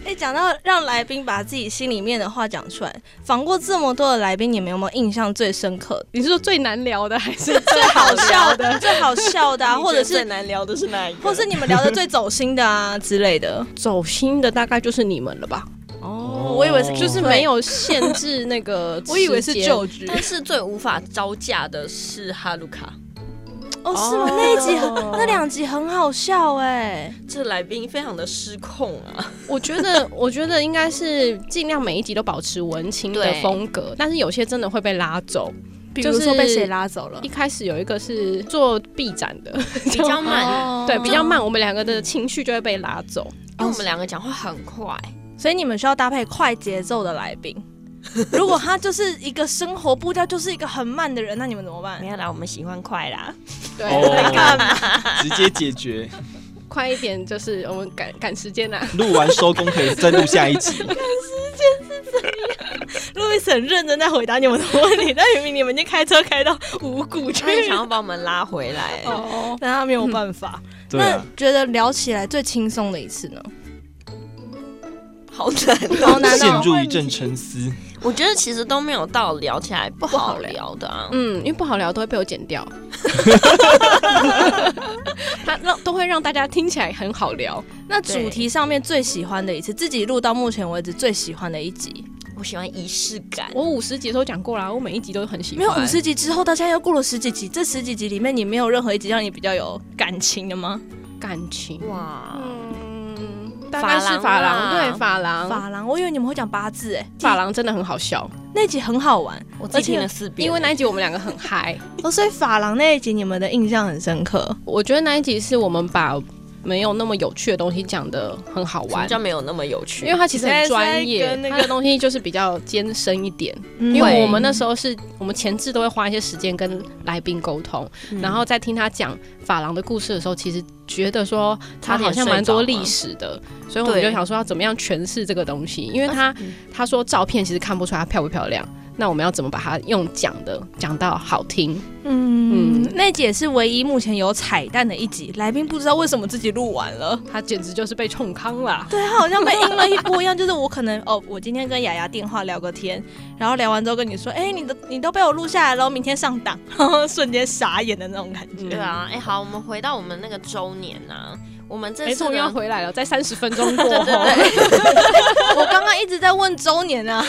A: 哎、讲到让来宾把自己心里面的话讲出来，访过这么多的来宾，你们有没有印象最深刻、
B: [LAUGHS] 你是说最难聊的还是
A: 最好笑的、 [LAUGHS] 最好笑
C: [LAUGHS]
A: 的啊，或者
C: 你觉得最
A: 是
C: 难聊的是哪一个？
A: 或是你们聊的最走心的啊之类的？
B: 走心的？大概就是你们了吧？
D: 哦
A: 我以为是
B: 就是没有限制那个时间，
A: 我以为是旧局
C: 但是最无法招架的是哈鲁卡，
A: 哦，是吗？
B: 哦
A: 那一集很那两集很好笑哎、
C: 这来宾非常的失控 [LAUGHS] 啊！
B: 我觉得，我觉得应该是尽量每一集都保持文青的
C: 对
B: 风格，但是有些真的会被拉走。
A: 比
B: 如说被谁
A: 拉走了
B: 一开始有一个是做臂展的，
C: 比较慢，
A: 哦
B: 哦对，比较慢，我们两个的情绪就会被拉走。
C: 因为我们两个讲话很快，
A: 所以你们需要搭配快节奏的来宾。如果他就是一个生活步调就是一个很慢的人，那你们怎么办
C: 没？有啦，我们喜欢快啦。
B: 对，
D: 哦，直接解决，
B: 快一点，就是我们赶赶时间啦、啊
D: 录完收工可以再录下一集。
A: 路易斯很认真在回答你们的问题，但明明你们已经开车开到五谷去
C: [LAUGHS] 他，也想要把我们拉回来。
B: 哦，
A: [LAUGHS] 但他没有办法。
D: [LAUGHS] 对啊，
A: 那觉得聊起来最轻松的一次呢？
C: 好难
A: 好
C: 哦！
A: 难
D: 陷
A: 哦。
D: 入一阵沉思。
C: [LAUGHS] 我觉得其实都没有到聊起来不好聊的啊。
B: 嗯，因为不好聊都会被我剪掉。 [LAUGHS] 他让都会让大家听起来很好聊，
A: 那主题上面最喜欢的一次，自己录到目前为止最喜欢的一集，
C: 我喜欢仪式感，
B: 我五十集都讲过啦，我每一集都很喜
A: 没
B: 欢。
A: 有五十集之后，到现在又过了十几集，这十几集里面，你没有任何一集让你比较有感情的吗？
B: 感情，
C: 哇，
B: 嗯，大概是
C: 法
B: 法
C: 郎
B: 郎，
C: 啊
B: 对，法郎，
A: 法郎，我以为你们会讲八字哎，
B: 法郎真的很好笑，
A: 那集很好玩
C: 我自己听
A: 而
C: 了
A: 且
C: 四遍，
B: 因为那一集我们两个很嗨，
A: 哦，所以法郎那一集你们的印象很深刻。
B: [LAUGHS] 我觉得那一集是我们把没有那么有趣的东西讲的很好
C: 什么
B: 玩。
C: 叫没有那么有
B: 因为
C: 趣？
B: 它其实很专
A: 现在
B: 业
A: 在，跟那个
B: 它的东西就是比较艰深一点。
A: 因
B: 因为我们
A: 呢，
B: 那时候是我们前置都会花一些时间跟来宾沟通，
C: 嗯
B: 然后在听他讲法郎的故事的时候，其实觉得说他好像蛮多历史的，所以我们
C: 对
B: 就想说要怎么样诠释这个东西，因为他
C: 嗯
B: 他说照片其实看不出来她漂不漂亮，那我们要怎么把它用讲的讲到好听？
A: 嗯
B: 嗯，
A: 那集也是唯一目前有彩蛋的一集，来宾不知道为什么自己录完了。
B: 她简直就是被冲康啦！
A: 对 [LAUGHS] 他好像被阴了一波一样，就是我可能哦，我今天跟雅雅电话聊个天，然后聊完之后跟你说，哎、你的你都被我录下来喽，明天上档， [LAUGHS] 然后瞬间傻眼的那种感觉。
C: 对啊，哎，好，我们回到我们那个周年啊，我们这
B: 哎，
C: 次
B: 终于要
C: 呢，
B: 回来了，在三十分钟过
C: [LAUGHS] 对
B: 后，
C: 对对，
A: 啊我刚刚一直在问周年 [LAUGHS] 啊，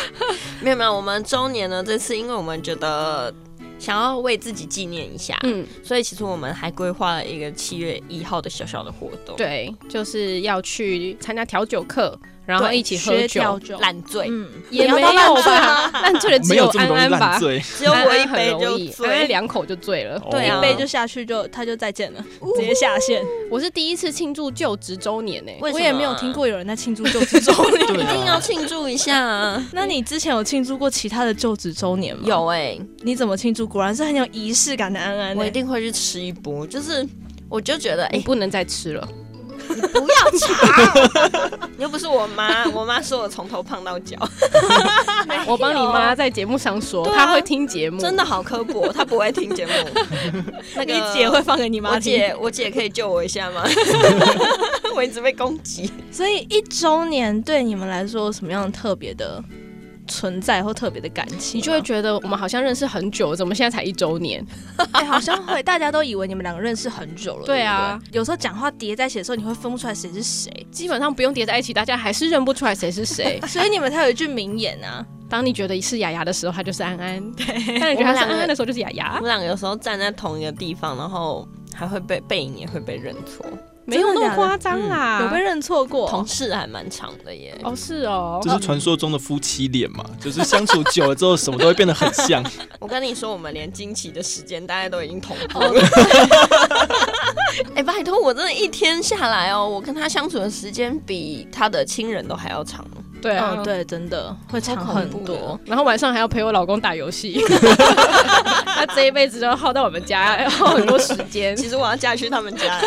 C: 没有没有，我们周年呢，这次因为我们觉得想要为自己纪念一下，
B: [LAUGHS] 嗯，
C: 所以其实我们还规划了一个七月一号的小小的活动，，
B: 对，就是要去参加调酒课，然后一起喝
A: 学调
B: 酒，
A: 酒，
C: 烂醉，
A: 嗯，
B: 也
A: 聊
B: 没
A: 到
B: 有
A: 烂醉
B: 吧？
A: 吗
B: 烂醉的只
D: 没有这么
B: 安
D: 容易
B: 安吧
D: 烂？醉，
C: 只有
B: 安
C: 我一
B: 安很
C: 杯
B: 容
C: 就
B: 易，安安
C: 醉，
B: 两口就醉了。
C: 对啊
A: 一杯就下去就他就再见了，直接下线。
B: 我是第一次庆祝就职周年呢、欸
C: 为什
A: 我
C: 么啊
A: 也没有听过有人在庆祝就职周
D: 对
A: 年。
C: 一定要
D: 啊，
C: 庆祝一下啊。
A: [LAUGHS] 那你之前有庆祝过其他的就职周年吗？，
C: [LAUGHS] 有哎、
A: 你怎么庆祝？果然是很有仪式感的安欸安、
C: 我一定会去吃一波，就是我就觉得，哎、
B: 你不能再吃了，
C: 不要 [LAUGHS] 吵，你又不是我妈，我妈说我从头胖到脚，
A: 没
B: 我帮你妈在节目上说，
C: 哎对啊
B: 她会听节目，
C: 真的好刻薄，她不会听 [LAUGHS] 节目。那个
A: 你姐会放给你
C: 我
A: 妈听。
C: 姐，我姐可以救我一下 [LAUGHS] 吗？我一直被攻击。
A: 所以一周年对你们来说有什么样特别的存在或特别的感情吗？
B: 你就会觉得我们好像认识很久，怎么现在才一周年？
A: 哎、好像会，大家都以为你们两个认识很久了。
B: 对啊
A: 不对，有时候讲话叠在一起的时候，你会分不出来谁是谁，。
B: 基本上不用叠在一起，大家还是认不出来谁是谁
A: 所以你们才有一句名言 [LAUGHS] 啊。
B: 当你觉得是雅雅的时候，她就是安安；当你觉得她是安安的时候，就是雅
C: 我
B: 雅。
C: 们两个有时候站在同一个地方，然后还会被背影也会被认错。
B: 没有那
A: 真的假
B: 么
A: 的
B: 夸张啦。
A: 有被认错过，哦
C: 同事还蛮长的耶。
B: 哦，是哦
D: 这。是传说中的夫妻脸嘛？就是相处久了之后，什么都会变得很像。
C: 我跟你说，我们连惊奇的时间大家都已经同步了。 [LAUGHS] 哎、拜托，我真的一天下来哦，我跟他相处的时间比他的亲人都还要长。哦
B: 对啊
A: 嗯，，对，真的会
C: 超
A: 长
C: 恐
A: 很
C: 怖的
A: 多。
B: 然后晚上还要陪我老公打游戏， [LAUGHS] 他这一辈子都耗在我们家，耗很多时
A: [LAUGHS]
B: 间。
C: 其实我要嫁去他们家，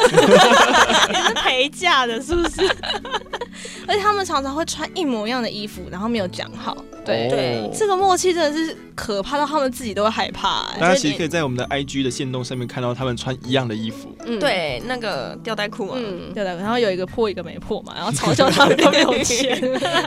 A: 陪嫁的，是不是？ [LAUGHS] 而且他们常常会穿一模一样的衣服，然后没有讲好，
D: 哦
B: 对
C: 对
A: 这个默契真的是可怕到他们自己都会害怕、哎
D: 大家其实可以在我们的 IG 的线动上面看到他们穿一样的衣服，
B: 嗯，
C: [LAUGHS] 对，那个吊带裤嘛， [LAUGHS]
B: 嗯，
A: 对的，然后有一个破一个没破嘛，然后嘲笑他们都没有钱。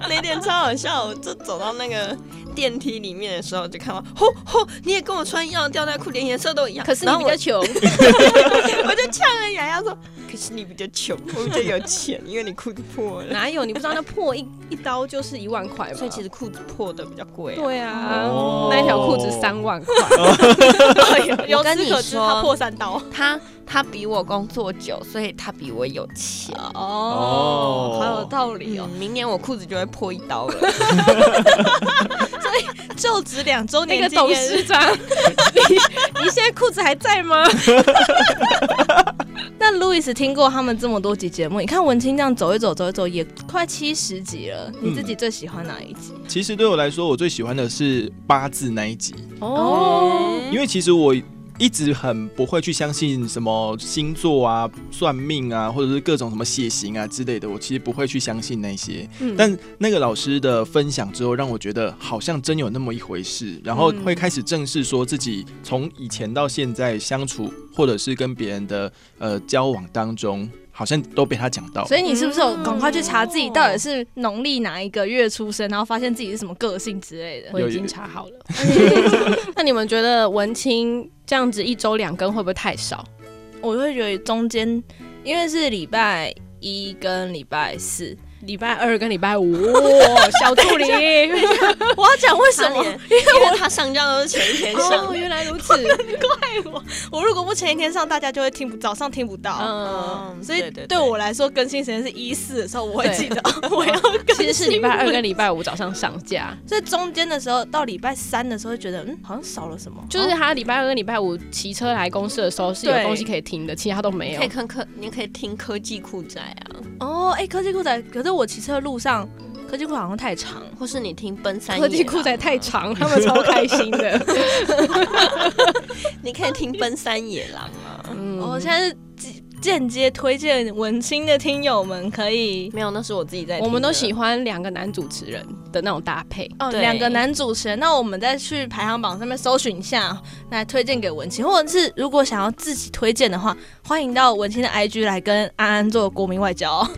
C: 那天超好笑，我就走到那个电梯里面的时候，就看到，吼吼，你也跟我穿一样的吊带裤，连颜色都一样。
B: 可是你
C: 然后
B: 比
C: 我
B: 较穷，
A: [LAUGHS]
C: 我就呛了雅雅说，可是你比较穷，我比较有钱，因为你裤子破了。
B: 哪有？你不知道那破一一刀就是一万块吗？
C: [LAUGHS] 所以其实裤子破的比较贵、啊。
B: 对啊，
D: 哦
B: 那一条裤子三万块，
A: 哦
C: [LAUGHS] 我跟你说，
A: 三刀。
C: 他他比我工作久，所以他比我有钱。
A: 哦
D: 哦，
A: 好有道理哦
C: 嗯。明年我裤子就会破一刀 [LAUGHS] 了。
A: 就职两周
B: 那
A: 年
B: 个
A: 纪念
B: 董
A: 日
B: 事长，你你现在裤子还在
D: [LAUGHS]
B: 吗？
A: 那 Louis 听过他们这么多集节目，你看文青这样走一走走一走，也快七十集了。你自己最喜欢哪一集？
D: 其实对我来说，我最喜欢的是八字那一集，
A: 哦
D: 因为其实我一直很不会去相信什么星座啊、算命啊，或者是各种什么血型啊之类的，我其实不会去相信那些。
B: 嗯
D: 但那个老师的分享之后，让我觉得好像真有那么一回事，然后会开始正视说自己从以前到现在相处，或者是跟别人的呃交往当中，好像都被他讲到。
A: 所以你是不是有
B: 嗯
A: 赶快去查自己到
C: 嗯
A: 底是农历哪一个月出生，然后发现自己是什么个性之类的？
B: 我已经查好了。 [LAUGHS] 那你们觉得文青这样子一周两更会不会太少？
A: 我会觉得中间因为是礼拜一跟礼拜四，
B: 礼拜二跟礼拜五，哇小助理，
A: [LAUGHS] 我要讲为什
C: 他
A: 么？
C: 连 [LAUGHS] 因为他上架都是前一天
B: 哦， [LAUGHS]
C: 上，
B: 原来如此，
A: 我如果不前一天上，大家就会听不早上听不到。
B: 嗯，
A: 所以
C: 对
A: 对我来说，更新时间是一四的时候，我会
B: 对
A: 记得 [LAUGHS] 我要更
B: 其
A: 新。
B: 实是礼拜二跟礼拜五早上上
A: [LAUGHS]
B: 架，
A: 所以中间的时候到礼拜三的时候，会觉得嗯，好像少了什么。
B: 就是他礼拜二跟礼拜五骑车来公司的时候是有
A: 对
B: 东西可以听的，其他都没有
C: 可以。看科，你可以听科技酷宅啊，
A: 哦，哎、科技酷仔，可是我骑车的路上，科技酷好像太长。
C: 或是你听奔三、
B: 科技酷仔太，
A: [LAUGHS]
B: 长，他们超开心的。
C: [LAUGHS] 你可以听奔三野狼啊。
B: 嗯，
A: 我、哦现在是间间接推荐文青的听友们可以。
C: 没有，那是我自己在听的。
B: 我们都喜欢两个男主持人的那种搭配。
A: 哦，
C: 对
A: 两个男主持人，那我们再去排行榜上面搜寻一下，来推荐给文青，或者是如果想要自己推荐的话，欢迎到文青的 IG 来跟安安做国民外交 [LAUGHS] 哦。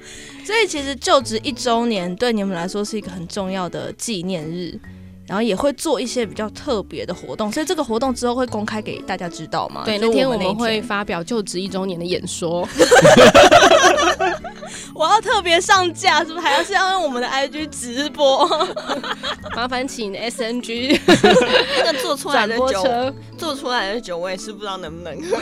A: 所以其实就职一周年对你们来说是一个很重要的纪念日，然后也会做一些比较特别的活动，所以这个活动之后会公开给大家知道吗？
B: 对，
A: 哦就
B: 那
A: 是
B: 天
A: 我
B: 我
A: 们
B: 们
A: 那一
B: 会
A: 天，
B: 发表就职一周年的演说。
A: 我要特别上架，是不是还要是要用我们的 IG 直 [LAUGHS] 播？
B: 麻烦请 S N G
C: 那个做出来
B: 转
C: 的
B: 播
C: 酒，
B: 车。
C: 做出来的酒我也是不知道能 [LAUGHS] 不能喝。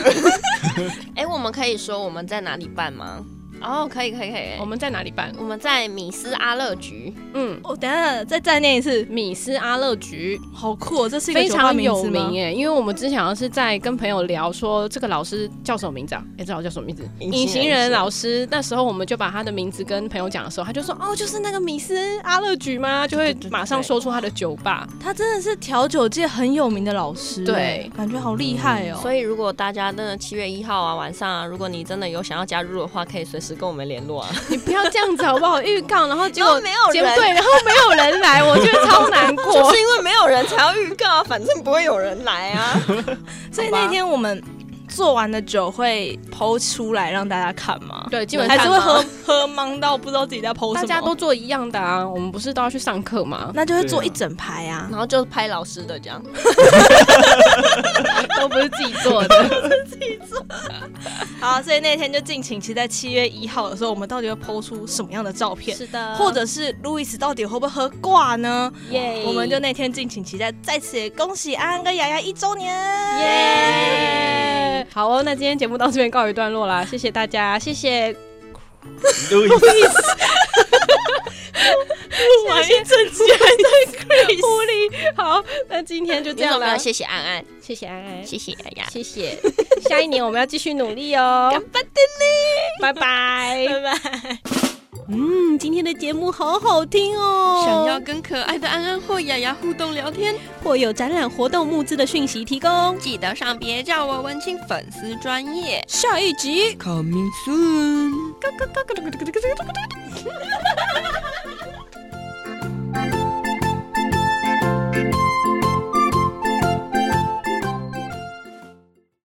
C: 哎、我们可以说我们在哪里办吗？哦，可以可以可以。
B: 我们在哪里办？
C: 我们在米斯阿乐局，
B: 嗯，
A: 哦我、等一下再再念一次，
B: 米斯阿乐局
A: 好酷、哦，这是一个
B: 非
A: 酒吧
B: 常
A: 名
B: 有
A: 字吗
B: 名哎，因为我们之前好像是在跟朋友聊说这个老师叫什么名字啊？哎，这老师叫什么名字？
C: 隐
B: 隐
C: 形
B: 形
C: 人
B: 人老师。那时候我们就把他的名字跟朋友讲的时候，他就说哦，就是那个米斯阿乐局吗？就会
C: 对对对
B: 马上说出他的酒吧。
A: 他真的是调酒界很有名的老师，
B: 对
A: 哎感觉好厉害哦。
C: 所以如果大家真的七月一号啊晚上啊，如果你真的有想要加入的话，可以随时时跟我们联 [LAUGHS] 络啊。哦
B: 你不要这样子好不好？预告，然后
C: [LAUGHS]
B: 结果
C: 没有
B: 结果
C: 人，
B: 对，然后没有人来，我觉得超难
C: 就
B: 过
C: [LAUGHS] 是。因为没有人才要预告啊，反正不会有人来啊。
A: 所以那天我们做完的酒会剖出来让大家看吗？
B: 对，基本上
A: 还是会
B: 嘛
A: 喝 [LAUGHS] 喝懵到不知道自己在剖什
B: 大
A: 么。
B: 家都做一样的啊，我们不是都要去上课吗？
A: 那就会做
D: 对啊
A: 一整排啊。
C: [LAUGHS]
B: 嗯
C: 然后就拍老师的这样，
B: 都不是自己做的，
A: 好，所以那天就敬请期待七月一号的时候，我们到底会剖出什么样的照片，
C: 是
B: 啊
C: 的
A: 或者是路易斯到底会不会喝挂呢？
B: 嗯
C: 耶
A: 我们就那天敬请期待。在此也恭喜安安跟雅雅一周年，
B: 耶！好哦，那今天节目到这边告一段落啦，谢谢大家，谢谢
D: 路易
B: 录完一整集还在 Chris 狐狸。好，那今天就这
C: 你有
B: 样
C: 没有
B: 啦，
C: 谢谢安安，
B: 谢谢安安，
C: 谢谢大 [LAUGHS] 家，
B: 谢谢，下一年我们要继续努力哦，
C: 巴丁嘞，
B: 拜拜。
C: 拜拜。
A: 嗯，今天的节目好好听哦
C: 想要跟可爱的安安或雅雅互动聊天，
A: 或有展览活动募资的讯息提供，
C: [LAUGHS] 记得上别叫我文青粉丝专业。
A: 下一集。
C: Coming soon。